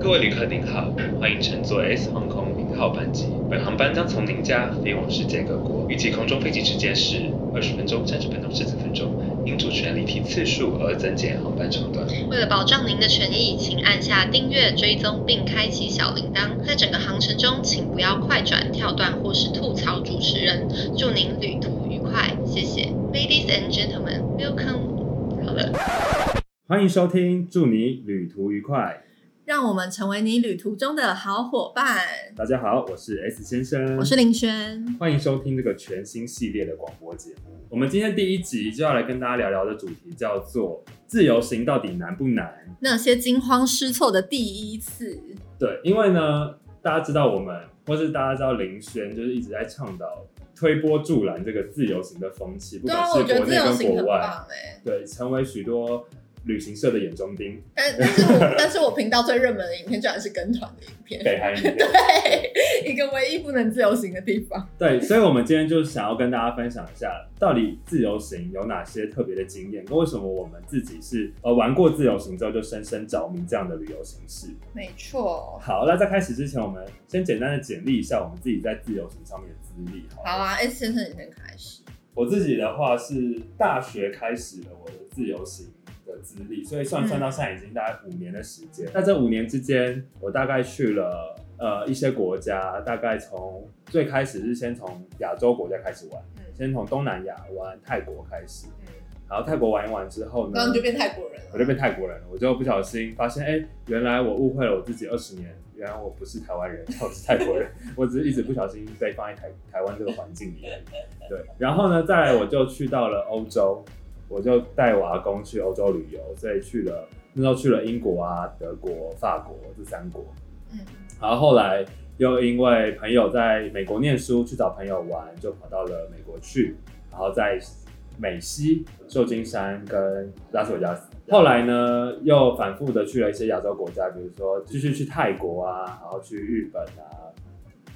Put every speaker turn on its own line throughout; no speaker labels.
各位旅客您好，欢迎乘坐 S 航空零号班机，本航班将从您家飞往世界各国，预计空中飞行时间是二十分钟、三十分钟、四十分钟，因主持人离题次数而增减航班长短。
为了保障您的权益，请按下订阅、追踪并开启小铃铛。在整个航程中，请不要快转、跳段或是吐槽主持人。祝您旅途愉快，谢谢。Ladies and gentlemen, welcome。好了，
欢迎收听，祝你旅途愉快。
让我们成为你旅途中的好伙伴。
大家好，我是 S 先生，
我是林轩。
欢迎收听这个全新系列的广播节目。我们今天第一集就要来跟大家聊聊的主题叫做“自由行到底难不难
那些惊慌失措的第一次，”。
对，因为呢，大家知道我们，或是大家知道林轩，就是一直在倡导推波助澜这个自由行的风气，不
对
管
啊，
是
我觉得
国
自
内
由
跟
行
国
很
外，
棒哎、
对，成为许多旅行社的眼中钉，
但但是我 但是我频道最热门的影片居然是跟团的影片，
北韩影片。
对， 一个唯一不能自由行的地方。
对，所以，我们今天就是想要跟大家分享一下，到底自由行有哪些特别的经验，跟为什么我们自己是呃玩过自由行之后就深深着迷这样的旅游形式。
没错，
好，那在开始之前，我们先简单的简历一下我们自己在自由行上面的资历。好了
好啊，S 先生你先开始。
我自己的话是大学开始了我的自由行的资历，所以算算到现在已经大概五年的时间。那这五年之间，我大概去了呃一些国家，大概从最开始是先从亚洲国家开始玩，
嗯
先从东南亚玩泰国开始，
嗯，
然后泰国玩一玩之后呢，
然后你就变泰国人了。
我就变泰国人了，我就不小心发现，哎、原来我误会了我自己二十年，原来我不是台湾人，我是泰 国人，我只是一直不小心被放在台台湾这个环境里面。对，然后呢，再来我就去到了欧洲，我就带我阿公去欧洲旅游，所以去了那时候去了英国啊、德国、法国这三国，
嗯，
然后后来又因为朋友在美国念书，去找朋友玩，就跑到了美国去，然后在美西、旧金山跟拉斯维加斯。后来呢，又反复的去了一些亚洲国家，比如说继续去泰国啊，然后去日本啊，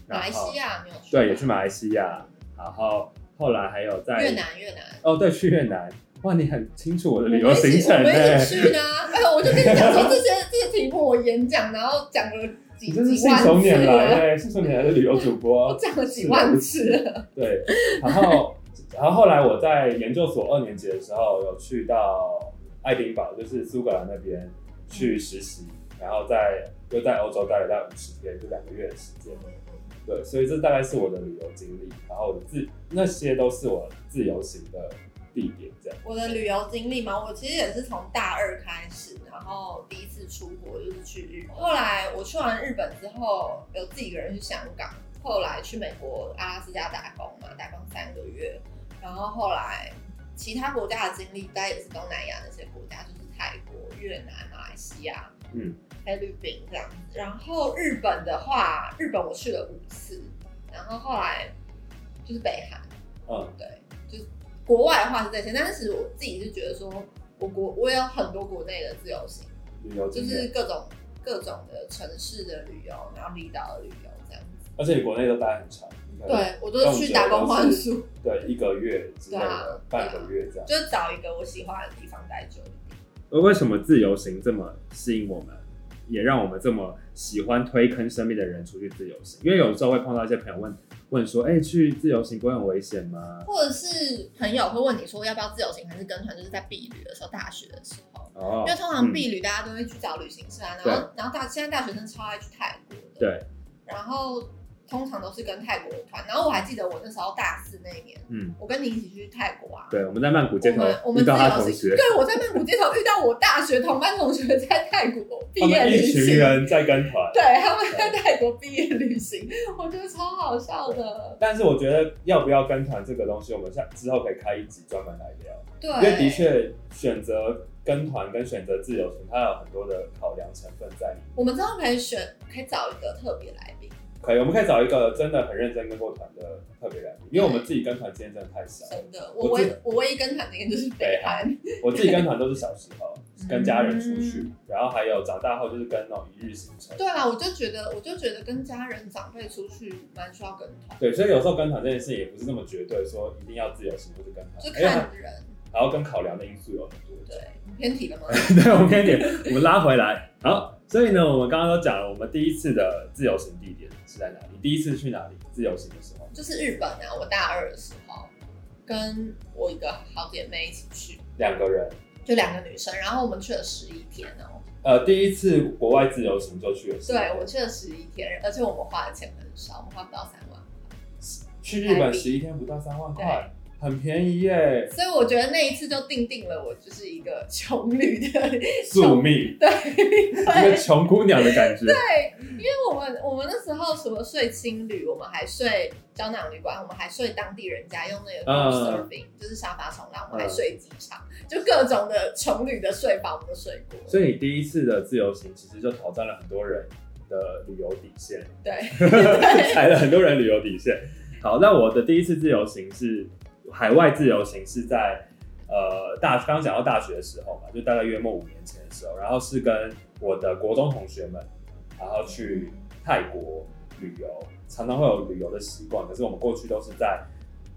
马来西
亚，
亚没有去，
对，也去马来西亚，然后后来还有在
越，南，越南。
哦，对，去越南。哇，你很清楚我的
我
旅游
们一起
行程
我
呢、
们一起去的 啊！哎，我就跟你讲说，这些这些题目我演讲，然后讲了几
你真是
几
信
万
手
次
拈来
了，
哎、信手拈来的旅游主播。
我讲了几万次了。
对，然后然后后来我在研究所二年级的时候，有去到爱丁堡，就是苏格兰那边去实习，然后在又在欧洲待了大概五十天，就两个月的时间。对，所以这大概是我的旅游经历，然后我的自那些都是我自由行的地点，这样。
我的旅游经历嘛，我其实也是从大二开始，然后第一次出国就是去日本。后来我去完日本之后，有自己一个人去香港，后来去美国阿拉斯加打工嘛，打工三个月，然后后来其他国家的经历，大概也是东南亚那些国家，就是泰国、越南、马来西亚，
嗯，
菲律宾这样子。然后日本的话，日本我去了五次，然后后来就是北韩。
嗯，
对，就是国外的话是这些，但是其实我自己是觉得说，我国我也有很多国内的自由行，
旅游
就
经
是
历，
各种各种的城市的旅游，然后离岛的旅游这样子。
而且你国内都待很长，你可能
对我都去打工换宿，
对一个月之类
对啊
的，半个月这样。
就是找一个我喜欢的地方待久一点。
而为什么自由行这么吸引我们，也让我们这么喜欢推坑身边的人出去自由行？因为有时候会碰到一些朋友问问说，哎、去自由行不会很危险吗？
或者是朋友会问你说要不要自由行还是跟团，就是在避旅的时候，大学的时候，
哦
因为通常避旅大家都会去找旅行社啊，然后然后大现在大学生超爱去泰国的，
对，
然后通常都是跟泰国的团，然后我还记得我那时候大四那一年，
嗯，
我跟你一起去泰国啊，
对，我们在曼谷街头
我们我
遇
们
到他
自由
同
行
学，
对我在曼谷街头遇到我大学同班同学在泰国毕
他
业
们
旅
一啊群
行，
人在跟团。
对，他们在泰国毕业旅行，我觉得超好笑的，
但是我觉得要不要跟团这个东西，我们下之后可以开一集专门来聊，
对，
因为的确选择跟团跟选择自由行，它有很多的考量成分在里面。
我们之后可以选，可以找一个特别来宾，
可以，我们可以找一个真的很认真跟过团的特别来宾，因为我们自己跟团经验真的太少了。
真的，我
我记
唯我唯一跟团的一个就是北韩，
我自己跟团都是小时候
嗯
跟家人出去，然后还有长大后就是跟那种一日行程。
对啊，我就觉得我就觉得跟家人长辈出去蛮需要跟团，
对，所以有时候跟团这件事也不是那么绝对，说一定要自由行或是跟团，
就
因为
看人，
还要跟考量的因素有很多。
对，偏题了吗？
对，我们偏点，我们拉回来。好，所以呢，我们刚刚都讲了，我们第一次的自由行地点是在哪里？第一次去哪里自由行的时候？
就是日本啊，我大二的时候跟我一个好姐妹一起去，
两个人，
就两个女生，然后我们去了十一天哦。
呃，第一次国外自由行就去了，
对，我去了十一天，而且我们花的钱很少，我们花不到三万。
去日本
台币
十一天不到三万块，很便宜耶，
所以我觉得那一次就定定了我就是一个 穷女的
宿命，一个
对
穷姑娘的感觉。
对，因为我们我们那时候除了睡青旅，我们还睡胶囊旅馆，我们还睡当地人家用那
嗯
个 c o u c h surfing，、就是沙发冲浪，我们还睡机场，就各种的穷旅的睡法我们都睡过。
所以你第一次的自由行其实就挑战了很多人的旅游底线，
对，
踩了很多人旅游底线。好，那我的第一次自由行是海外自由行，是在呃大刚讲到大学的时候嘛，就大概约莫五年前的时候，然后是跟我的国中同学们，然后去泰国旅游，常常会有旅游的习惯，可是我们过去都是在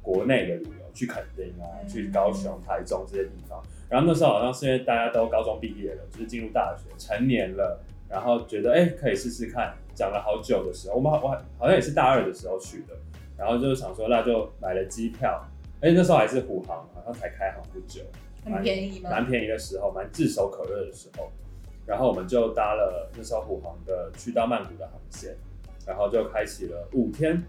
国内的旅游，去垦丁啊，
嗯
去高雄、台中这些地方。然后那时候好像是因为大家都高中毕业了，就是进入大学，成年了，然后觉得哎、可以试试看，讲了好久的时候，我们好我好好像也是大二的时候去的，然后就想说那就买了机票，而且那时候还是虎航，好像才开航不久，
很便宜吗？
蛮便宜的时候，蛮炙手可热的时候，然后我们就搭了那时候虎航的去到曼谷的航线，然后就开启了五天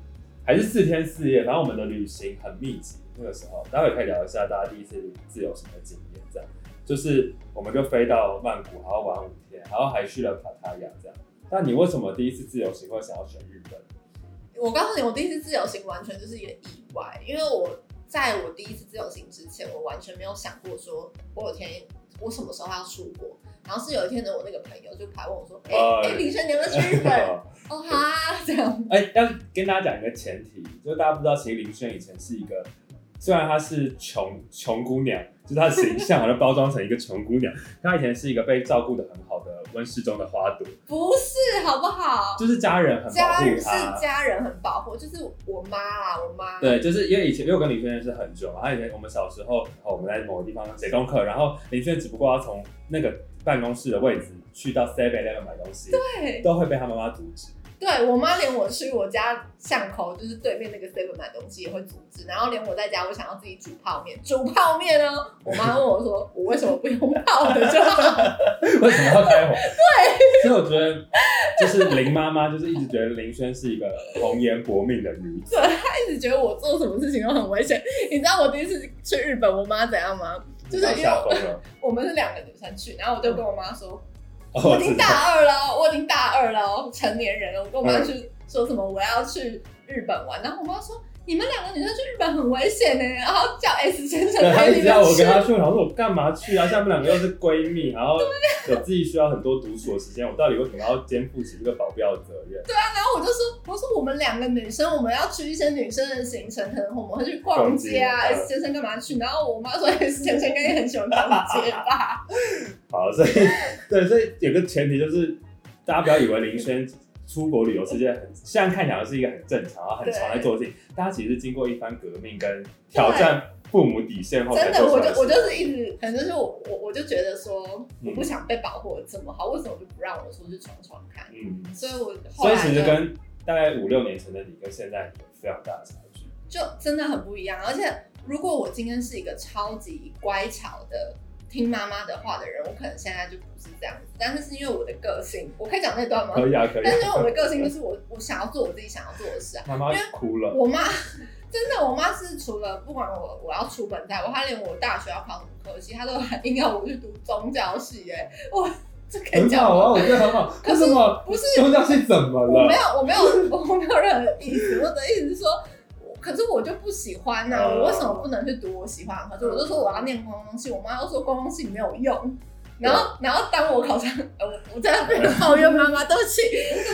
还是四天四夜，反正我们的旅行很密集。那个时候，待会可以聊一下大家第一次自由行的经验，这样就是我们就飞到曼谷，然后玩五天，然后还去了帕塔亚这样。那你为什么第一次自由行会想要选日本？
我告诉你，我第一次自由行完全就是一个意外，因为我在我第一次自由行之前，我完全没有想过说我有一天我什么时候要出国。然后是有一天呢，我那个朋友就跑来问我说：“哎、
哎
哎、李轩，你要不要去 日本？”哦哈，这样。
哎、要跟大家讲一个前提，就是大家不知道，其实林轩以前是一个，虽然她是穷穷姑娘，就是她的形象好像包装成一个穷姑娘，她以前是一个被照顾的很好的温室中的花朵，
不是，好不好？
就是家人很保
家
护
是
她。
家人很保护，就是我妈啦，我妈。
对，就是因为以前因为我跟林轩认识很久嘛，她以前我们小时候，然后我们在某个地方写功课，然后林轩只不过要从那个办公室的位置去到 Seven Eleven 买东西，
对，
都会被她妈妈阻止。
对我妈连我去我家巷口，就是对面那个 seven 买东西也会阻止，然后连我在家，我想要自己煮泡面，煮泡面哦，我妈问我说，我为什么不用泡的就好？
为什么要开红？对，所以我觉得就是林妈妈就是一直觉得林轩是一个红颜薄命的女子，
她一直觉得我做什么事情都很危险。你知道我第一次去日本，我妈怎样吗？就是
然后
因为
吓疯了。
我们是两个女生去，然后我就跟我妈说，
哦
我已
知
经
道
大二了 哦，我已经大二了哦，成年人了。我跟我妈去说什么我要去日本玩，然后我妈说你们两个女生去日本很危险呢，然后叫 S 先生
对，她
陪
一
你
直要
们
我
去
跟。她去，我想说我干嘛去啊？像我们两个又是闺蜜，然后有自己需要很多独处的时间，我到底为什么要肩负起这个保镖的责任？
然后我就说，我说我们两个女生，我们要去一些女生的行程，可能我们会去逛街啊
逛街嗯
，S 先生干嘛去？然后我妈说 S 先生应该也很喜欢逛街 吧？
好，所以 对，所以有个前提就是，大家不要以为林轩出国旅游是件很，虽然看起来是一个很正常、然后很常在做的事情，大家其实是经过一番革命跟挑战父母底线后才
真的，
做出
我
来
就
的事
我就是一直，可能就是我我我就觉得说，我不
嗯
想被保护的这么好，为什么就不让我出去闯闯看？
嗯，
所以我后
所
来
以其实
就
跟大概五六年前的你跟现在你有非常大的差距。
就真的很不一样。而且如果我今天是一个超级乖巧的。听妈妈的话的人，我可能现在就不是这样子，但是是因为我的个性，我可以讲那段吗？
可以啊，可以、
但是因为我
啊。
的个性就是我，我想要做我自己想要做的事啊。
妈妈哭了，
我妈真的，我妈是除了不管我我要出门在外，她连我大学要考什么科系，她都还硬要我去读宗教系、耶，我这可以
很
讲
好啊，
吗？
我觉得很好。
可是
为什么
不是
宗教是怎么
我没
了？
有，我没有，我没有任何意思。我的意思是说，我可是我就不喜欢呐、啊
嗯
我为什么不能去读我喜欢的科？可是我就说我要念公共系，我妈又说公共系没有用。然后，然后当我考上，呃，我我在那边抱怨妈妈，对不起，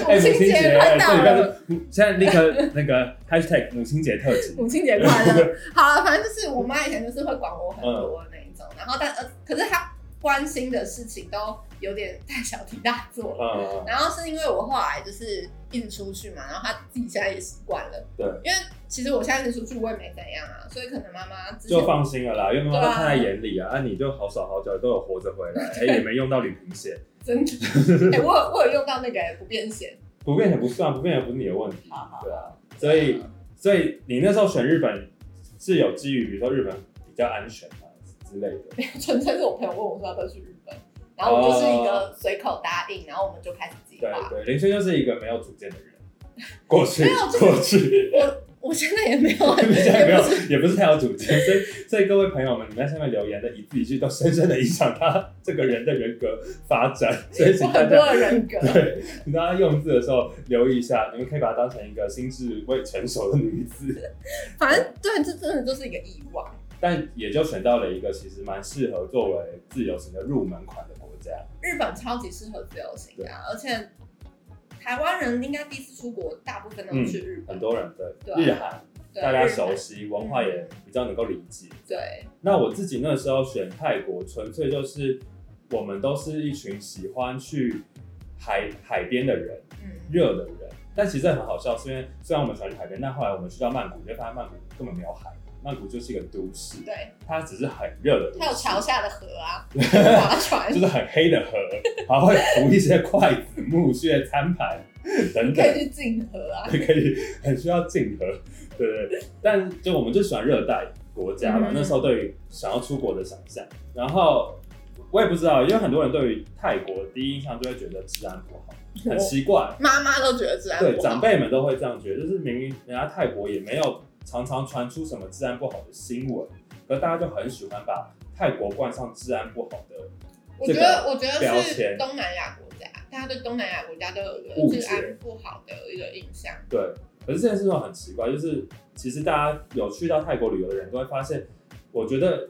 母
哎，母
亲
亲节，
节快
哎
到
所以但
了，
是母现在立刻那个 hashtag 母亲节特辑，
母亲节快乐。 好了，反正就是我
嗯
妈以前就是会管我很多的那一种，然后但呃，可是她关心的事情都有点太小题大做了。
嗯，
然后是因为我后来就是一直出去嘛，然后他自己现在也习惯了。
对，
因为其实我现在一直出去我也没怎样啊，所以可能妈妈之前
就放心了啦，因为妈妈
对
都
啊
看在眼里啊，啊你就好手好脚都有活着回来，哎、也没用到旅行险，
真的，哎、我有我有用到那个不变险，
不变也不算，不变也不是你的问题，
好好
对啊，所以所以你那时候选日本是有基于比如说日本比较安全啊之类的，
纯粹是我朋友问我说要不要去日本，然后我就是一个随口答应，然后我们就开始计
哦对
划。
对，林轩就是一个没有主见的人，过去
啊没有就是
过去。
我现在也没 有很，
现在没
也
有
不是，
也不是太有主见，所以所以各位朋友们，你们在下面留言的一字一句都深深的影响他这个人的人格发 展，所以
我
请大
很
家
多的人格。
对，你知道她用字的时候留意一下，你们可以把它当成一个心智未成熟的女子，
反正对，这真的就是一个意外。
但也就选到了一个其实蛮适合作为自由行的入门款的国家。
日本超级适合自由行的啊、而且台湾人应该第一次出国，大部分都是去日本，
嗯很多人的
对啊
日韩，
对
大家
日本
熟悉，文化也比较能够理解。
对，
那我自己那时候选泰国，纯粹就是我们都是一群喜欢去海海边的人，
嗯，
热的人。但其实很好笑，是因为虽然我们喜欢去海边，但后来我们去到曼谷，你就发现曼谷根本没有海，曼谷就是一个都市，
对，
它只是很热的都市，
还有桥下的河 啊，划船
就是很黑的河，然后会浮一些筷子、木屑、餐盘等
可以
等，
去静河啊，
可以很需要竞合，对对对。但就我们就喜欢热带国家嘛，
嗯
那时候对于想要出国的想象，然后我也不知道，因为很多人对于泰国第一印象就会觉得治安不好，很奇怪，
妈妈都觉得治安
对
不
长
好。
辈们都会这样觉得，就是明明人家泰国也没有常常传出什么治安不好的新闻，可大家就很喜欢把泰国冠上治安不好的
我
这
觉
个
得，我觉得
标
是
签
东南亚国家，大家对东南亚国家都有一
误
个
解
治安不好的一个印象。
对，可是这件事情很奇怪，就是其实大家有去到泰国旅游的人都会发现，我觉得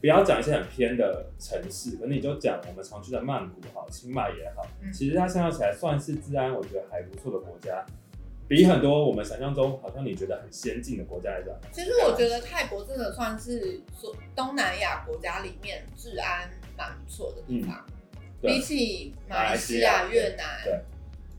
不要讲一些很偏的城市，可能你就讲我们常去的曼谷也好、清迈也好，
嗯
其实它相较起来算是治安我觉得还不错的国家，比很多我们想象中好像你觉得很先进的国家来讲，
其实我觉得泰国真的算是所东南亚国家里面治安蛮不错的地方，
嗯对
比起马来西
马
亚、
来西亚
越南
对、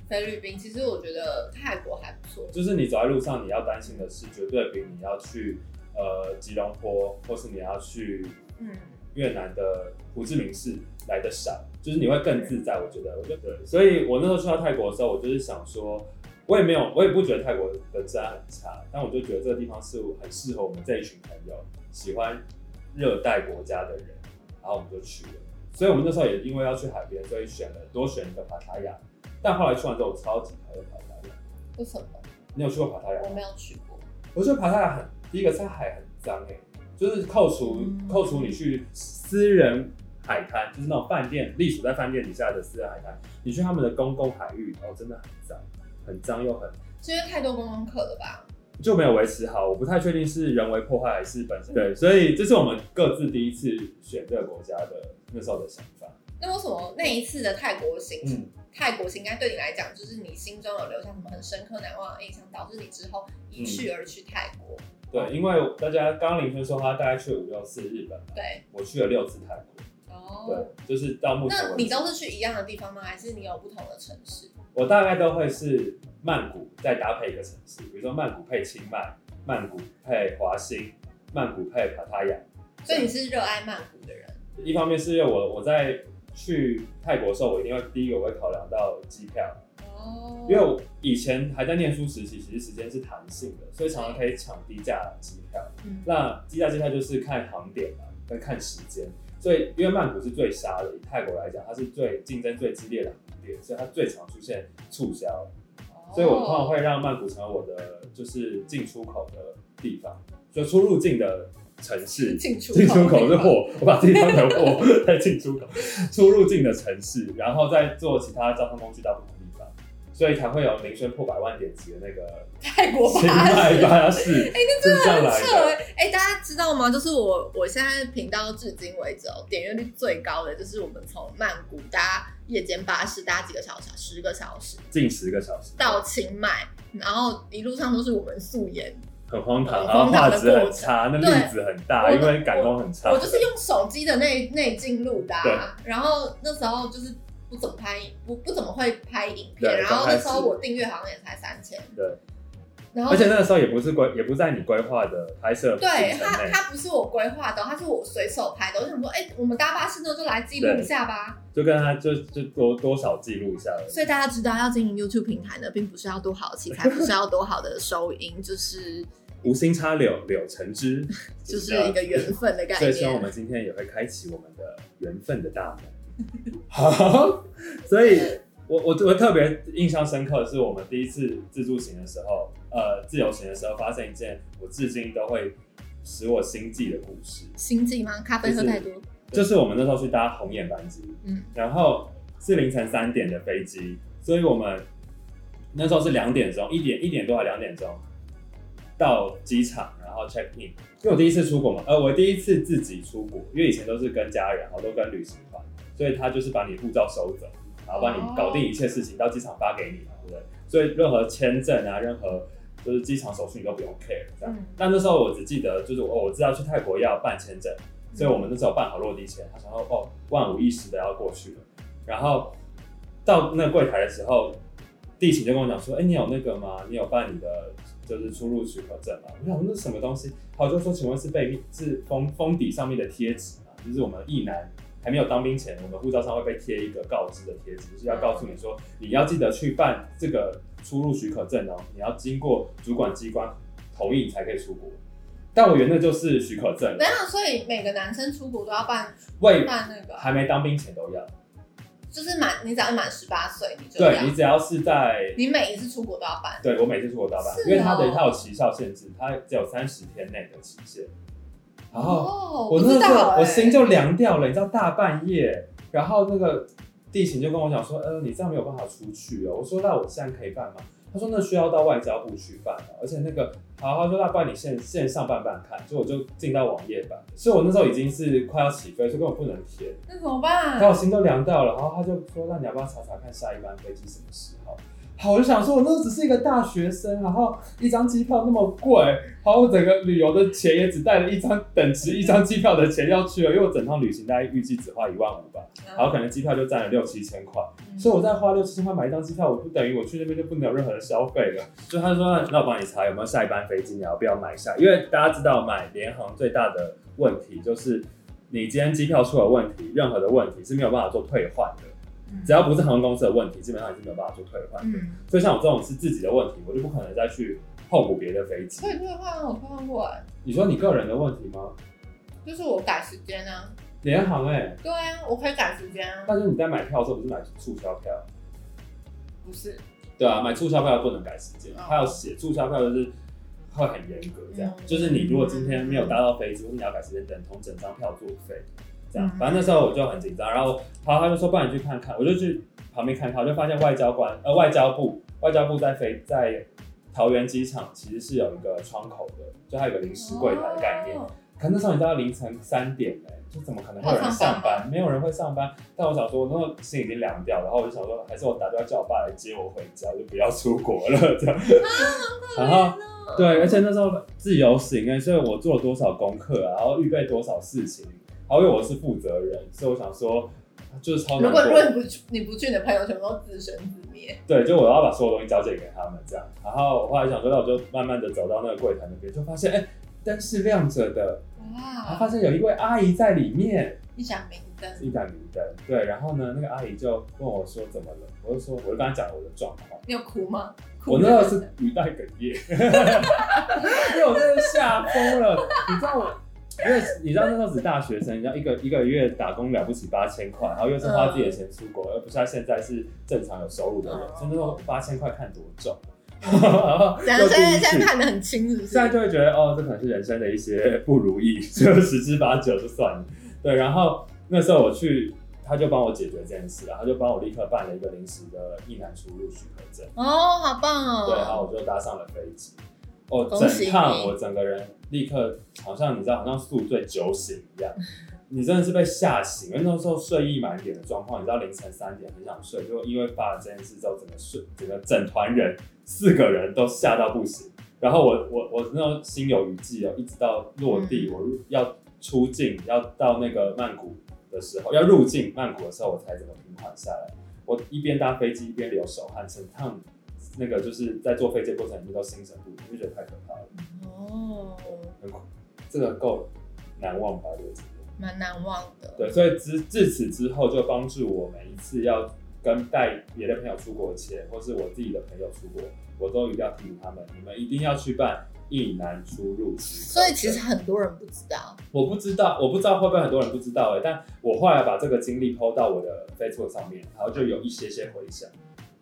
菲律宾，其实我觉得泰国还不错。
就是你走在路上你要担心的事，绝对比你要去呃吉隆坡或是你要去
嗯，
越南的胡志明市来的少，就是你会更自在。我觉得，我觉得对，所以我那时候去到泰国的时候，我就是想说，我也没有，我也不觉得泰国的治安很差，但我就觉得这个地方是很适合我们这一群朋友喜欢热带国家的人，然后我们就去了。所以我们那时候也因为要去海边，所以选了多选一个帕塔亚。但后来去完之后，我超级讨厌帕塔亚。
为什么
你有去过帕塔亚
我
吗？
没有去过？
我觉得爬塔很第一个是它海很脏哎、就是扣除
嗯
扣除你去私人海滩，就是那种饭店隶属在饭店底下的私人海滩，你去他们的公共海域哦，真的很脏，很脏又很
是因为太多观光客了吧？
就没有维持好。我不太确定是人为破坏还是
嗯
本身对，所以这是我们各自第一次选这个国家的那时候的想法。
那为什么那一次的泰国行程
嗯，
泰国行应该对你来讲，就是你心中有留下什么很深刻难忘的印象，导致你之后一去而去泰国。
对，因为大家刚刚林轩说他大概去了五六次日本嘛，
对，
我去了六次泰国，
哦，
对，就是到目前为止
那，你都是去一样的地方吗？还是你有不同的城市？
我大概都会是曼谷再搭配一个城市，比如说曼谷配清迈，曼谷配华欣，曼谷配帕塔亚。
所以你是热爱曼谷的人。
一方面是因为我我在去泰国的时候，我一定会第一个我会考量到机票，
哦
因为我以前还在念书时期，其实时间是弹性的，所以常常可以抢低价机票。
嗯
那低价机票就是看航点啊，跟看时间。所以因为曼谷是最杀的，以泰国来讲，它是最竞争最激烈的航点，所以它最常出现促销。所以我通
哦
常会让曼谷成为我的就是进出口的地方，就出入境的城市。
进出
进出口是货，我把自己当成货在进出口，出入境的城市，然后再坐其他交通工具到不同地方，所以才会有林轩破百万点击的那个
泰国
清
巴
迈
士。
巴士，
哎、那
是
真的
这样
很
来
扯
的。
哎、哎大家知道吗？就是我我现在频道至今为止哦，点阅率最高的就是我们从曼谷搭夜间巴士搭几个小时，十个小时
近十个小时
到清迈，然后一路上都是我们素颜，
很荒唐，
很
然后
荒唐
画
的
质很
过程
差，那
对
例子很大，
我
因为赶工很差
啊我。就是用手机的内内镜录的、啊，然后那时候就是不怎么拍，不不怎么会拍影片，
对
然后
刚开
那
始
时候我订阅好像也才三千，
对，
然后
而且那个时候也不是规，也不在你规划的拍摄行
对
程
它
内，
它不是我规划的，它是我随手拍的。我想说，哎、我们搭巴士呢就来记录一下 吧。
就跟他就就多多少记录一下而已。
所以大家知道，要经营 YouTube 平台呢，并不是要多好的器材，不是要多好的收音，就是
无心插柳，柳橙汁，
就是一个缘分的概
啊所以希望我
念。
们今天也会开启我们的缘分的大门。好，所以我我我特别印象深刻的是我们第一次自助行的时候，呃，自由行的时候发生一件我至今都会使我心悸的故事，
心悸吗？咖啡喝太多？
就是我们那时候去搭红眼班机，
嗯，
然后是凌晨三点的飞机，所以我们那时候是两点钟，一点一点多还两点钟到机场，然后 check in。因为我第一次出国嘛，呃，我第一次自己出国，因为以前都是跟家人，好多跟旅行团，所以他就是把你护照收走，然后帮你搞定一切事情，到机场发给你嘛，对不对？所以任何签证啊，任何就是机场手续你都不用 care 这样。
嗯
但那时候我只记得就是我、哦我知道去泰国要办签证，所以我们那时候办好落地签，他想说哦万无一失的要过去了，然后到那柜台的时候，地勤就跟我讲说，哎、你有那个吗？你有办你的就是出入许可证吗？我想说那是什么东西？好，就说请问是背面是封封底上面的贴纸吗？就是我们一男。还没有当兵前，我们护照上会被贴一个告知的贴纸，就是要告诉你说，你要记得去办这个出入许可证哦，你要经过主管机关同意你才可以出国。但我原那就是许可证
没，有，所以每个男生出国都要办
为
办那个，
还没当兵前都要。
就是满你只要满十八岁，你就要
对你只要是在，
你每一次出国都要办。
对我每次出国都要办，
是哦
因为它的它有时效限制，它只有三十天内的期限。然后
哦
我
不
那
知
时候
道、欸，
我心就凉掉了，你知道大半夜，然后那个地勤就跟我讲说，呃，你这样没有办法出去哦。我说那我现在可以办吗？他说那需要到外交部去办哦，而且那个，好，他说那不然你线线上办办看，所以我就进到网页版，所以我那时候已经是快要起飞，所以根本不能填。
那怎么办？
然后我心都凉掉了，然后他就说：“那你要不要查查看下一班飞机什么时候？”好，我就想说，我那时候只是一个大学生，然后一张机票那么贵，然后我整个旅游的钱也只带了一张等值一张机票的钱要去了，因为我整趟旅行大概预计只花一万五吧，然后可能机票就占了六七千块，
嗯
所以我再花六七千块买一张机票，我不等于我去那边就不能有任何的消费了。就他说，那我帮你查有没有下一班飞机，你要不要买下？因为大家知道买联航最大的问题就是，你今天机票出了问题，任何的问题是没有办法做退换的。
嗯
只要不是航空公司的问题，基本上你是没有办法做退换。
嗯，
所以像我这种是自己的问题，我就不可能再去候补别的飞机
所。以退换我退换过、欸，
你说你个人的问题吗？
就是我改时间啊。
联航哎、
对啊，我可以改时间啊。
但是你在买票的时候不是买促销票？
不是，
对啊，买促销票不能改时间，
哦
还有写促销票就是会很严格，这样、
嗯
就是你如果今天没有搭到飞机，或者你要改时间，等同整张票作废，这样。
嗯
反正那时候我就很紧张，然后他他就说，不然你去看看，我就去旁边看看，我就发现外交官呃外交部外交部在飞在桃园机场其实是有一个窗口的，就它有个临时柜台的概念。
哦
可那时候你知道凌晨三点嘞、就怎么可能会有
还
人上
有上班
班？没有人会上班。但我想说，我那时候心已经凉掉，然后我就想说，还是我打电话叫我爸来接我回家，我就不要出国了这 样。
啊哦
然后对，而且那时候自由行哎、所以我做了多少功课啊，然后预备多少事情，然后因为我是负责人，所以我想说。就是超难
如
过
果如果你不去，你不去，你的朋友全部都自生自灭。
对，就我要把所有东西交接给他们这样。然后我后来想说，那我就慢慢的走到那个柜台那边，就发现哎、灯是亮着的，然后发
哇，
现有一位阿姨在里面，
一盏明灯，
一盏明灯，对，然后呢，那个阿姨就问我说怎么了，我就说，我就跟她讲我的状 况，
你有哭吗？哭
我那
的
时候是语带哽咽， 因为我真的吓疯了，你知道我，因为你知道那时候只大学生，你知道一个一个月打工了不起八千块，然后又是花自己的钱出国，而不是像现在是正常有收入的人，所以那时候八千块看多重， 然后
怎样
又
现在
第一
现在
次。
看得很清，是不
现在
是？
就会觉得哦，这可能是人生的一些不如意， 就十之八九就算了。对，然后那时候我去，他就帮我解决这件事啊，他就帮我立刻办了一个临时的一男出入许可证，
哦，好棒哦！
对，然后我就搭上了飞机。哦，
恭喜
整
你
趟我整个人立刻好像你知道，好像宿醉酒醒一样，你真的是被吓醒，因为那时候睡意满点的状况，你知道凌晨三点很想睡，就因为发了这件事之后，整个睡整个整团人四个人都吓到不行。然后我我我那时候
嗯
心有余悸哦，一直到落地，我要出境要到那个曼谷的时候，要入境曼谷的时候，我才整个平缓下来。我一边搭飞机一边流手汗，整趟那个就是在坐飞机的过程里面都心神不宁，就觉得太可怕了，
哦，
很恐这个够难忘吧？这个经验。
蛮难忘的。
对，所以自自此之后就帮助我每一次要跟带别的朋友出国前，或是我自己的朋友出国，我都一定要提醒他们，你们一定要去办一男出入许可证。
所以其实很多人不知道，
我不知道，我不知道会不会很多人不知道哎、但我后来把这个经历 PO 到我的 Facebook 上面，然后就有一些些回响，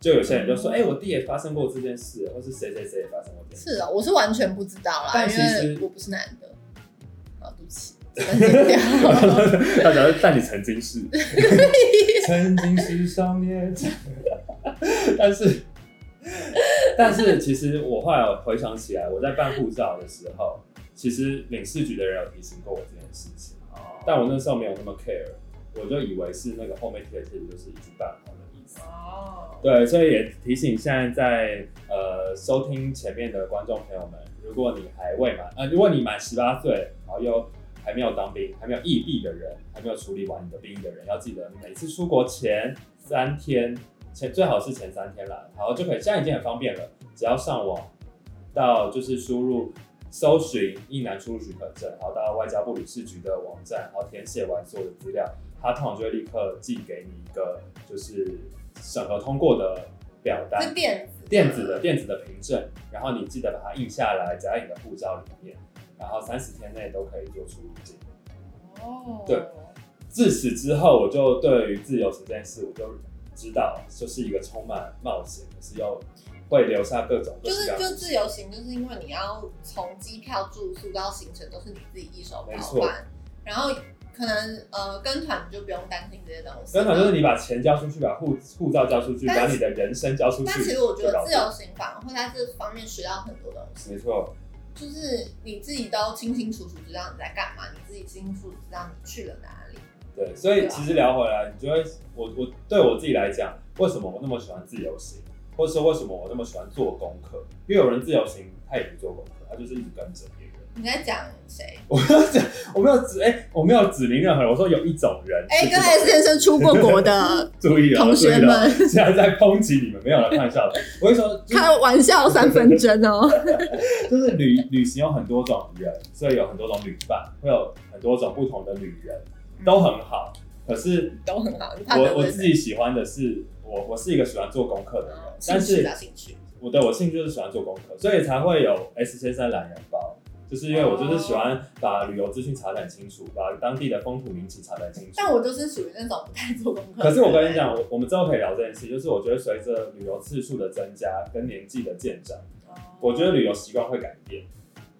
就有些人就说，哎、我弟也发生过这件事，或是谁谁谁也发生过这件事。
是啊、我是完全不知道啦，
但
因
其实
为我不是男的。啊，对不起，真的剪 掉
他讲，但你曾经是，曾经是少年， 但是，但是其实我后来回想起来，我在办护照的时候，其实领事局的人有提醒过我这件事情，
哦
但我那时候没有那么 care，我就以为是那个后面贴的贴纸就是已经办好的意思。
哦，
对，所以也提醒现在在呃收听前面的观众朋友们，如果你还未满，呃，如果你满十八岁，然后又还没有当兵，还没有异地的人，还没有处理完你的兵役的人，要记得每次出国前三天，前最好是前三天啦，然后就可以，现在已经很方便了，只要上网到就是输入。搜寻一男出入许可证，然后到外交部领事局的网站，然后填写完所有的资料，他通常就会立刻寄给你一个就是审核通过的表
是
单，
电子
电子的电子的凭证，然后你记得把它印下来，夹在你的护照里面，然后三十天内都可以做出入境。
哦，
对自此之后，我就对于自由行这件事，我就知道就是一个充满冒险，可是又会留下各种各
就
式各
是
样的
就自由行，就是因为你要从机票、住宿到行程都是你自己一手
没
包
错
办，然后可能呃跟团你就不用担心这些东西。
真的就是你把钱交出去，把护护照交出去，
但是
把你的人生交出去。
但其实我觉
就
得
搞
自
定
由行反而会在这方面学到很多东西，
没错，
就是你自己都清清楚楚知道你在干嘛，你自己清楚知道你去了哪里。
对，所
啊
以其实聊回来，你就会，我我对我自己来讲，为什么我那么喜欢自由行，或者说为什么我那么喜欢做功课？因为有人自由行，他也不做功课，他就是一直跟着别人。
你在讲谁？
我没有指，我没有指，哎、我没有指明任何人，我说有一种人
哎、
是这
跟
种
S 先生出过国 的
注意了，
同学
注意了
们，
现在在抨击你们，没有了，开玩笑的。我会说，就是
开玩笑三分真 哦。
就是旅旅行有很多种人，所以有很多种旅伴，会有很多种不同的旅人，
嗯
都很好。可是
都很好，你怕得
我我
罪
自
谁？
己喜欢的是，我我是一个喜欢做功课的人，
嗯
但
兴趣
是
啊，兴趣。
我对我兴趣就是喜欢做功课，所以才会有 S 先生懒人包，就是
哦
因为我就是喜欢把旅游资讯查得很清楚，把当地的风土民情查得很清楚。
但我就是属于那种不太做功课。
可是我跟你，讲，我我们之后可以聊这件事，就是我觉得随着旅游次数的增加跟年纪的渐长，我觉得，旅游习惯会改变，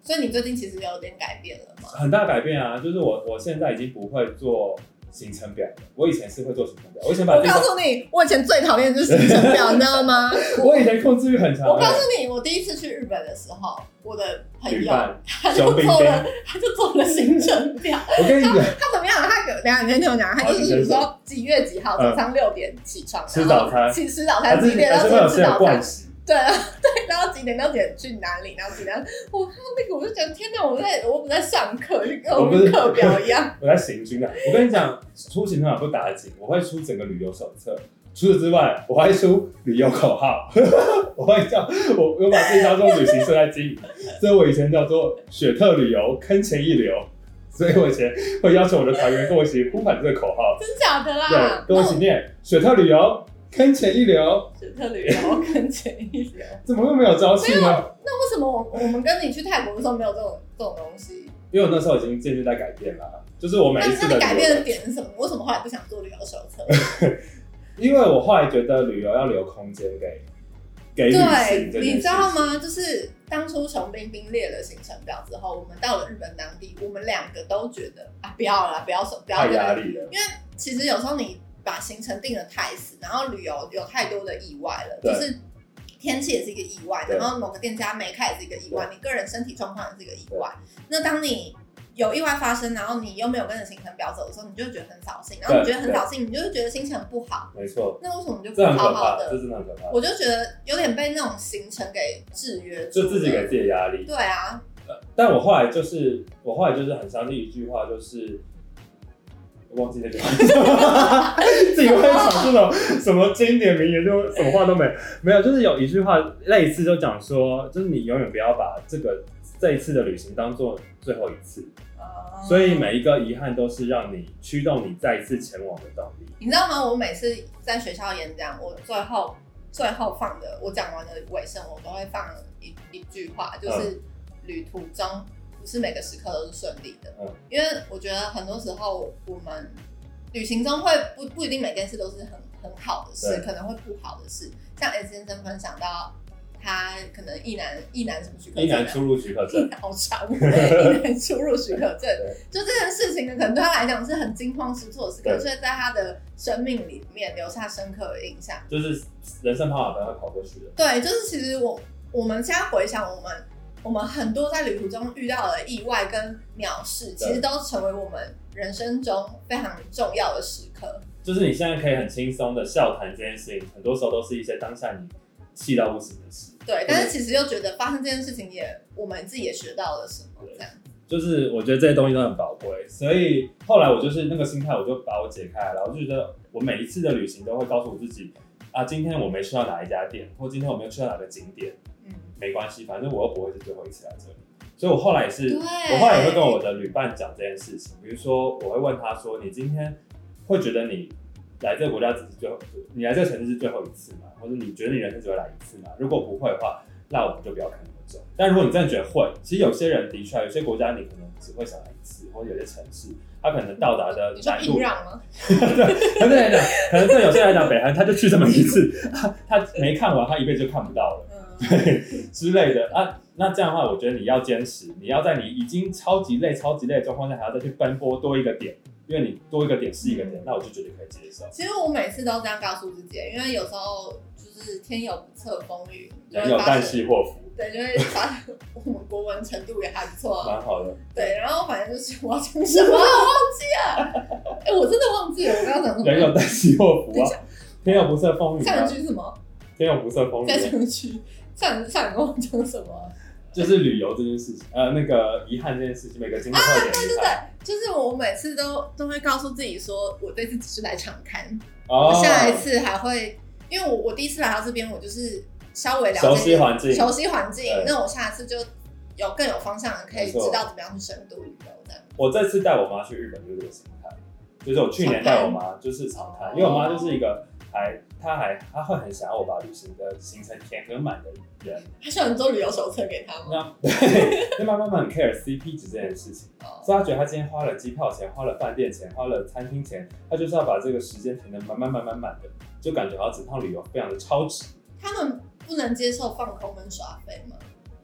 所以你最近其实有点改变了 嘛？
很大改变啊！就是我我现在已经不会做行程表了，我以前是会做行程表，我以前把
我
地方
告，诉你，我以前最讨厌的就是行程表，你知道 吗？
我以前控制欲很强
我告
的
诉你，我第一次去日本的时候，我的朋
旅
友
伴，
他就
熊冰
做
冰。
了，他就做了行程 表。
我跟你讲，
他怎么样？他有等一下你先听我讲，他就是
好你
比
先
如说几月几号
嗯
早上六点起床，
吃
然后
早餐
去吃早餐
还是
几点？
还
然后
是
几
会有
点
些
吃
人
早餐
惯？习，
对， 然后对，然后几点到几点去哪里？然后几点？我看到那个我就觉得天哪，我在我们在上课，就跟我
我不是
们课表一 样。
我在行军的。我跟你讲，出行程表不打紧，我会出整个旅游手册。除此之外，我还出旅游口号， 我会叫我我把自己当做旅行社在经营，所以我以前叫做雪特旅游，坑钱一流。所以我以前会邀请我的团员跟我一起呼喊这个口号，
真假的啦？
对，跟我一起念雪特旅游，坑钱一流，
只特旅游跟前一流。
怎么会没有朝气呢？
那为什么我我们跟你去泰国的时候没有这种这种东西？
因为我那时候已经渐渐在改变了，啊就是我每
那
一
那
次的
你改
旅游
变的点是什么？为什么后来不想做旅游手册？
因为我后来觉得旅游要留空间给给旅行这
对，
件
你
事
知道？吗？就是当初熊冰冰列了行程表之后，我们到了日本当地，我们两个都觉得啊，不要了，不要手，不要
太
这
压
个。
力了，
其实有时候你把行程定的太死，然后旅游有太多的意外了，
对
就是。天气也是一个意外，
对
然后某个店家没开也是一个意外，你个人身体状况也是一个意外。那当你有意外发生，然后你又没有跟着行程表走的时候，你就会觉得很扫兴，然后你
对
觉得很扫兴，你就会觉得心情很不好。
没错，
那为什么你就不
这很
好
可
好
怕，
的
这真的很可怕，
我就觉得有点被那种行程给制约住
就
了，
自己给自己的压力。
对啊，
但我后来就是，我后来就是很相信一句话，就是忘记那个， 自己会想这种什么经典名言，就什么话都没有没有，就是有一句话类似就讲说，就是你永远不要把这个这一次的旅行当做最后一次，
哦
所以每一个遗憾都是让你驱动你再一次前往的动力。
你知道吗？我每次在学校演讲，我最后最后放的，我讲完的尾声，我都会放一一句话，
嗯
就是旅途中不是每个时刻都是顺利的，
嗯
因为我觉得很多时候我们旅行中会不不一定每件事都是很很好的事，
对
可能会不好的事，像 S 先生分享到。他可能一男一男什么许可
一
证啊，
难出入许 可证，
好长，一男出入许可证
对，
就这件事情呢，可能对他来讲是很惊慌失措的事，可
对
是在他的生命里面留下深刻的印象。
就是人生跑马灯会跑过去的。
对，就是其实我我们现在回想，我们我们很多在旅途中遇到的意外跟鸟事，其实都成为我们人生中非常重要的时刻。
就是你现在可以很轻松的笑谈这件事情，很多时候都是一些当下你气到不行的事。
对，但是其实又觉得发生这件事情也，我们自己也学到了什么
对
这样。
就是我觉得这些东西都很宝贵，所以后来我就是那个心态，我就把我解开来了。我就觉得我每一次的旅行都会告诉我自己，啊，今天我没去到哪一家店，或今天我没有去到哪个景点，
嗯，
没关系，反正我又不会是最后一次来这里。所以我后来也是，
对
我后来也会跟我的旅伴讲这件事情，比如说我会问他说，你今天会觉得你来这个国家只是最后，你来这个城市是最后一次吗？或者你觉得你人生只会来一次吗？如果不会的话，那我们就不要看那么重。但如果你真的觉得会，其实有些人的确，有些国家你可能只会想来一次，或者有些城市，他可能到达的
你说
难
硬
度
让吗？
可能对来讲，可能对有些人来讲，北韩他就去这么一次， 他他没看完，他一辈子就看不到了。
嗯，
之类的啊。那这样的话，我觉得你要坚持，你要在你已经超级累、超级累的状况下，还要再去奔波多一个点，因为你多一个点是一个点，
嗯
那我就觉得可以接受。
其实我每次都这样告诉自己，因为有时候就是天有不测风云，就
人
会
有
发
旦
生，
夕祸福，
对，就会发生我们国文程度也还不错 啊。
蛮好的。
对，然后反正就是我要讲什么，我忘 记了，哎、我真的忘记了我刚刚讲什
人有
么。
旦夕祸福啊
再，
天有不测风云、
上
啊
一，句是什么？
天有不测风云
再
啊、
上一句，上上一个忘讲什么？
就是旅游这件事情，呃，那个遗憾这件事情，每个经历会有点遗憾。
就是我每次都都会告诉自己说，我这次只是来常看，
哦
我下一次还会，因为我我第一次来到这边，我就是稍微了解
熟悉环境
熟悉环境
对，
那我下一次就有更有方向，可以
没错
知道怎么样去深度旅游的。
我这次带我妈去日本就是这个心态，就是我去年带我妈就是常看，因为我妈就是一个还她还她会很想要我把旅行的行程填很满的人，
他需要你做旅游手册给他吗？
那对，那妈妈很 care CP 值这件事情，
哦
所以她觉得她今天花了机票钱、花了饭店钱、花了餐厅钱，她就是要把这个时间填得满满满满满的，就感觉好像整趟旅游非常的超值。
他们不能接受放空跟耍飞吗？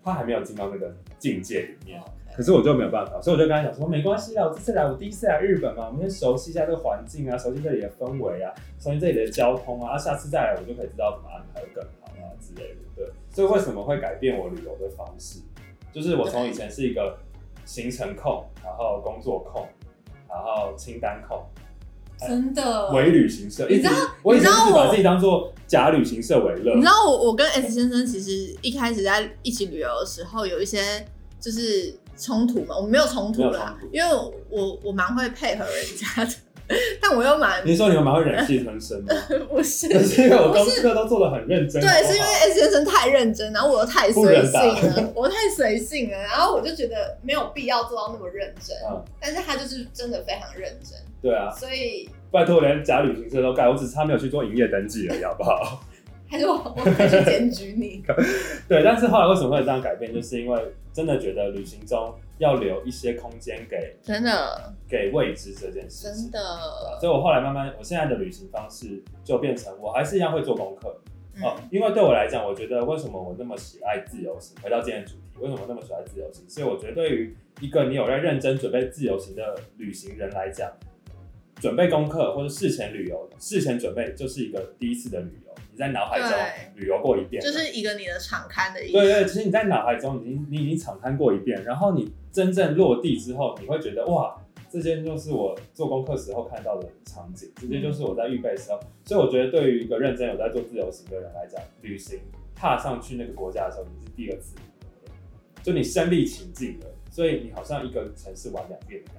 她还没有进到那个境界里面。
哦
可是我就没有办法，所以我就跟他讲说，没关系啦，我这次来，我第一次来日本嘛，我们先熟悉一下这个环境啊，熟悉这里的氛围啊，熟悉这里的交通啊，啊下次再来我就可以知道怎么安排会更好啊之类的。对，所以为什么会改变我旅游的方式？就是我从以前是一个行程控，然后工作控，然后清单控，哎
真的。
伪旅行社，
哦你知道
一直我以前
你知道
是把
我
自己当做假旅行社为乐
你知。道我我跟 S 先生其实一开始在一起旅游的时候有一些就是冲突嘛，我们没有冲突啦
没有冲，突
因为我我我蛮会配合人家的， 但我又蛮
你说你们蛮会忍气 吞声 吗？
不是
可是因为我
不
功
是
课都做的很认真。好
对，
不
是因为
好
S 先生太认真，然后我又太
不
随
忍
性
打
了，我太随性了，然后我就觉得没有必要做到那么认真，
嗯
但是他就是真的非常认真，
对啊，
所以
拜托，连假旅行社都盖，我只差没有去做营业登记而已，好不好？
他就 我我会去检举你，
对，但是后来为什么会有这样改变，就是因为真的觉得旅行中要留一些空间给
真的
给未知这件事情。啊
的，
所以我后来慢慢，我现在的旅行方式就变成我还是一样会做功课
嗯
哦，因为对我来讲，我觉得为什么我那么喜爱自由行？回到今天的主题，为什么我那么喜爱自由行？所以我觉得对于一个你有在认真准备自由行的旅行人来讲，准备功课或者事前旅游、事前准备就是一个第一次的旅游，你在脑海中
对
旅游过一遍了，
就是一个你的常看的意思，
对对，其实你在脑海中已经你已经敞开过一遍，然后你真正落地之后，你会觉得哇，这些就是我做功课时候看到的场景，这些就是我在预备的时候。所以我觉得，对于一个认真有在做自由行的人来讲，旅行踏上去那个国家的时候，你是第二次旅游了，就你身临其境了，所以你好像一个城市玩两遍的感觉。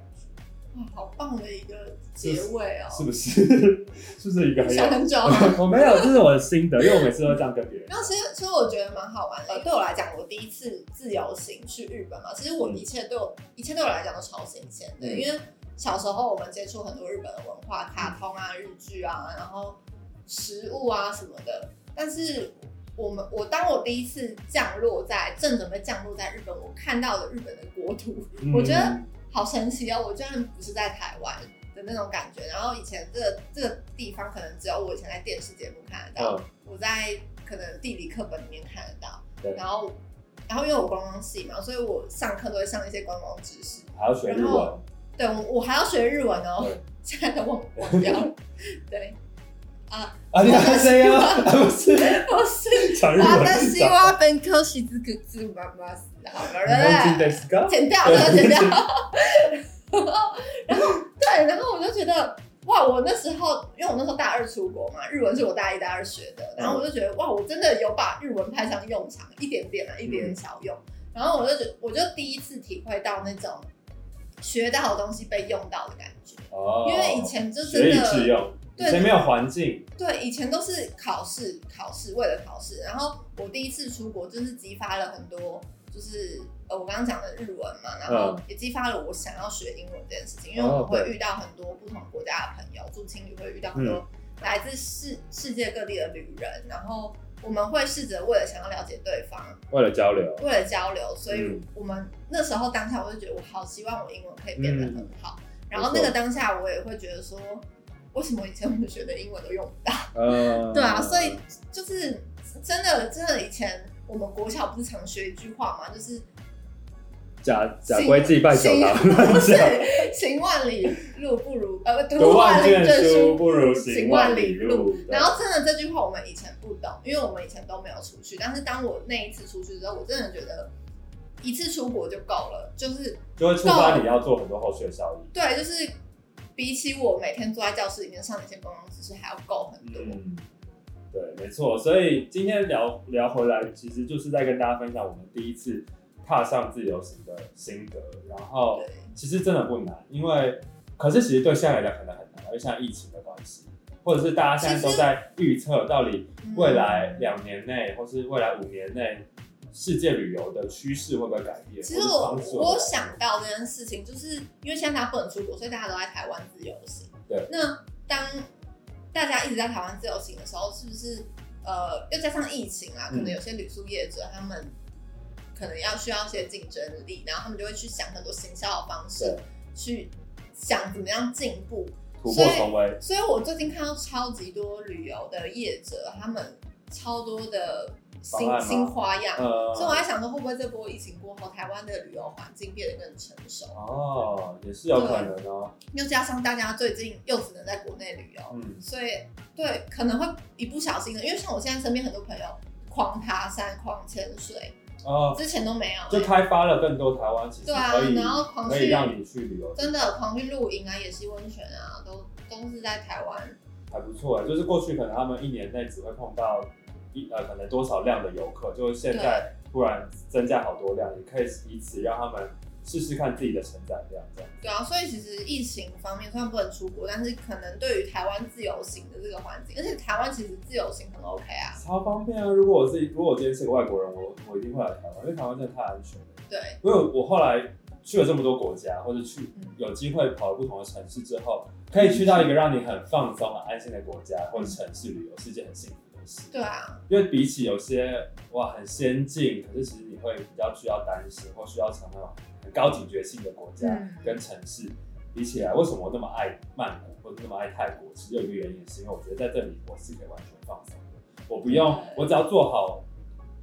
哇，嗯好棒的一个结尾哦！
是 不 是？是不是一个很有
想？很久。啊
我没有，这是我的心得，因为我每次都这样跟别人
然。后其实其实我觉得蛮好玩的，对我来讲，我第一次自由行去日本嘛，其实我一切对我、一切对我来讲都超新鲜的，
嗯
因为小时候我们接触很多日本的文化、卡通啊、日剧啊，然后食物啊什么的，但是。我们我当我第一次降落在正准备降落在日本，我看到了日本的国土，
嗯
我觉得好神奇哦！我居然不是在台湾的那种感觉。然后以前这个这个地方可能只有我以前在电视节目看得到，
嗯
我在可能地理课本里面看得到
对。
然后，然后因为我观光系嘛，所以我上课都会上一些观光知识。
还要学日
然
文
后，对我我还要学日文哦
对，
现在都忘忘掉了。 对，
啊，你还谁呀？ 不是
我啊是
讲日文。
私は勉強し尽くつまます。好了，对不对？剪 掉，这个剪掉。 然后，然后对，然后我就觉得哇，我那时候因为我那时候大二出国嘛，日文是我大一大二学
嗯
的，然后我就觉得哇，我真的有把日文派上用场，一点点啊，一点点小用。然后我就觉我就第一次体会到那种学到的东西被用到的感觉，
哦，
因为以前就真
学以
的
致用，以
对
前没有环境，
对，以前都是考试，考试为了考试。然后我第一次出国，就是激发了很多，就是呃我刚刚讲的日文嘛，然后也激发了我想要学英文这件事情，因为我
嗯哦
们会
对
遇到很多不同国家的朋友，住青旅会遇到很
嗯
多来自世世界各地的旅人，然后我们会试着为了想要了解对方，
为了交流，
为了交流，所以
嗯
我们那时候当下我就觉得我好希望我英文可以变得很好，然后那
嗯
个
没错
当下我也会觉得说，为什么以前我们学的英文都用不到？
嗯，
对啊，所以就是真的，真的以前我们国小不是常学一句话嘛，就是
假假规祭拜九郎，
行
乱
不 是
讲，
行万里路不如呃读
读
万
万
里
卷
卷
书不如
行
行
万
万
里
里
路。
路。
然后真的这句话我们以前不懂，因为我们以前都没有出去。但是当我那一次出去之后，我真的觉得一次出国就够了，就是
就会触发你要做很多后续的效益。
对，就是比起我每天坐在教室里面上那些公共知识还要够很多。
嗯，对，没错。所以今天聊聊回来，其实就是在跟大家分享我们第一次踏上自由行的心得。然后
对，
其实真的不难，因为可是其实对现在来讲可能很难，因为现在疫情的关系，或者是大家现在都在预测到底
嗯
未来两年内，或是未来五年内。世界旅游的趋势会不会改变？
其实
或是
我
方式会不会
我
改变
想到这件事情，就是因为现在大家不能出国，所以大家都在台湾自由行。
对。
那当大家一直在台湾自由行的时候，是不是呃，又加上疫情啊，可
嗯
能有些旅宿业者他们可能要需要一些竞争力，然后他们就会去想很多行销的方式
对，
去想怎么样进步。
突破重围，
所以我最近看到超级多旅游的业者，他们超多的
方
新
案吗
新花样。
呃，
所以我在想说，会不会这波疫情过后，台湾的旅游环境变得更成熟？啊
哦，也是有可能哦，
又加上大家最近又只能在国内旅游，
嗯，
所以对可能会一不小心的，因为像我现在身边很多朋友狂爬山、狂潜水，
哦，
之前都没有、欸
就开发了更多台湾其实
对啊
可以、
然后狂去
可以让你去旅游，
真的狂去露营啊、野溪温泉啊，都都是在台湾。
还不错哎。就是过去可能他们一年内只会碰到一呃可能多少量的游客，就是现在突然增加好多量，你可以以此让他们试试看自己的承载量这样。
对啊，所以其实疫情方面虽然不能出国，但是可能对于台湾自由行的这个环境，而且台湾其实自由行很 OK 啊。
超方便啊！如果我自己，如果我今天是个外国人，我我一定会来台湾，因为台湾真的太安全了。
对，
因为我后来去了这么多国家，或者去
嗯
有机会跑了不同的城市之后，可以去到一个让你很放松、很安心的国家或
嗯
者城市旅游，是一件很幸福的事。
对啊，
因为比起有些哇很先进，可是其实你会比较需要担心或需要成为很高警觉性的国家
嗯
跟城市、比起来，为什么我那么爱曼谷或者那么爱泰国？其实有一个原因是因为我觉得在这里我是可以完全放松的，我不用
对
我只要做好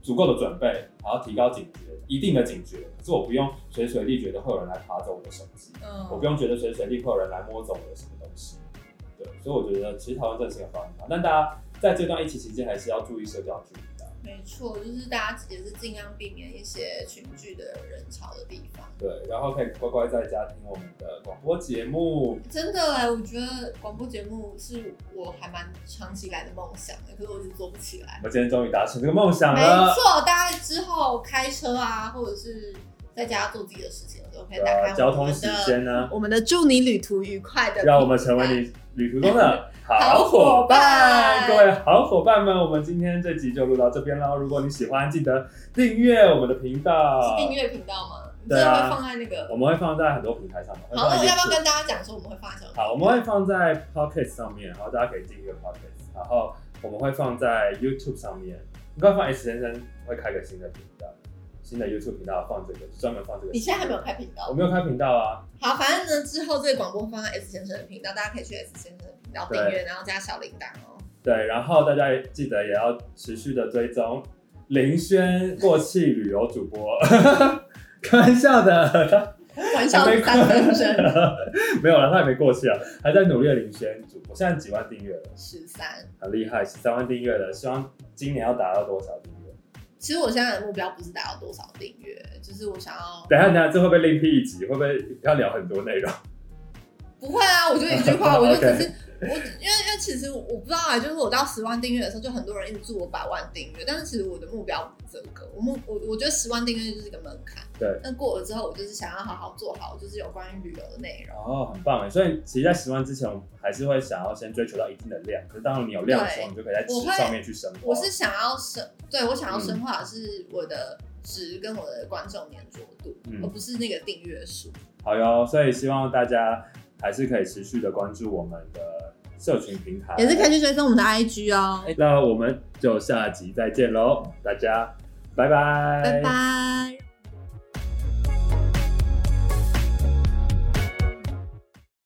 足够的准备，然后提高警觉，一定的警觉，可是我不用随时随地觉得会有人来爬走我的手机，
嗯，
我不用觉得随时随地会有人来摸走我的什么东西。对，所以我觉得其实台湾真的是个方法，但大家在这段疫情期间还是要注意社交距离啊的。
没错，就是大家也是尽量避免一些群聚的人潮的地方。
对，然后可以乖乖在家听我们的广播节目。
真的哎、我觉得广播节目是我还蛮长期以来的梦想的，可是我一直做不起来。
我今天终于达成这个梦想
没
了。
错，大概之后开车啊，或者是在家做自己的事情的时候，可以
对
打开
啊，交
我
通
们
时
的
间呢，
我们的祝你旅途愉快的，
让我们成为你旅途 中的好
好
伙
伙
伴。
伴
各位好伙伴们，我们今天这集就录到这边喽。如果你喜欢，记得订阅我们的频
是，
道
订阅频道吗？你
对
真的
啊
会放在那个
我？们会放在很多平台上面。会
好，
放
那
在
要不要
YouTube
跟大家讲说我们会放在什么？
好，我们会放在 Pocket 上面，然后大家可以订阅 Pocket，然后我们会放在 YouTube 上面，应该放 S 先生会开个新的频道，新的 YouTube 频道放这个，专门放这个。
你现在还没有？开频道
我？没有开频道啊，
好，反正呢，之后这个广播放在 S 先生的频道，大家可以去 S 先生的频道订阅，然后加小铃铛哦。
对，然后大家也记得也要持续的追踪林轩过气旅游主播， 开玩笑的，
玩笑是三分真，
没有了，他还没过气啊，还在努力的林轩主播，现在几万订阅了，
十三。
很厉害，十三万订阅了，希望今年要达到多少订阅？
其实我现在的目标不是达到多少订阅，就是我想要
等一下，等一下，这会不会另辟一集？会不会要聊很多内容？
不会啊，我就一句话，我就
OK
只是我，因为因为其实我不知道啊，就是我到十万订阅的时候，就很多人一直祝我百万订阅，但是其实我的目标不是这个，我目我我觉得十万订阅就是一个门槛，
对。
但过了之后，我就是想要好好做好，就是有关于旅游的内容。
哦，很棒哎！所以其实，在十万之前，我们还是会想要先追求到一定的量。可是，当你有量的时候，
对
你就可以在
我
值
会
上面去生活。
我是想要深，对我
嗯
想要深化的是我的值跟我的观众粘着度，
嗯
而不是那个订阅数。
好哟，所以希望大家还是可以持续的关注我们的社群平台，
也是可以去追踪我们的 IG 哦，
那我们就下集再见喽，大家拜拜，
拜拜。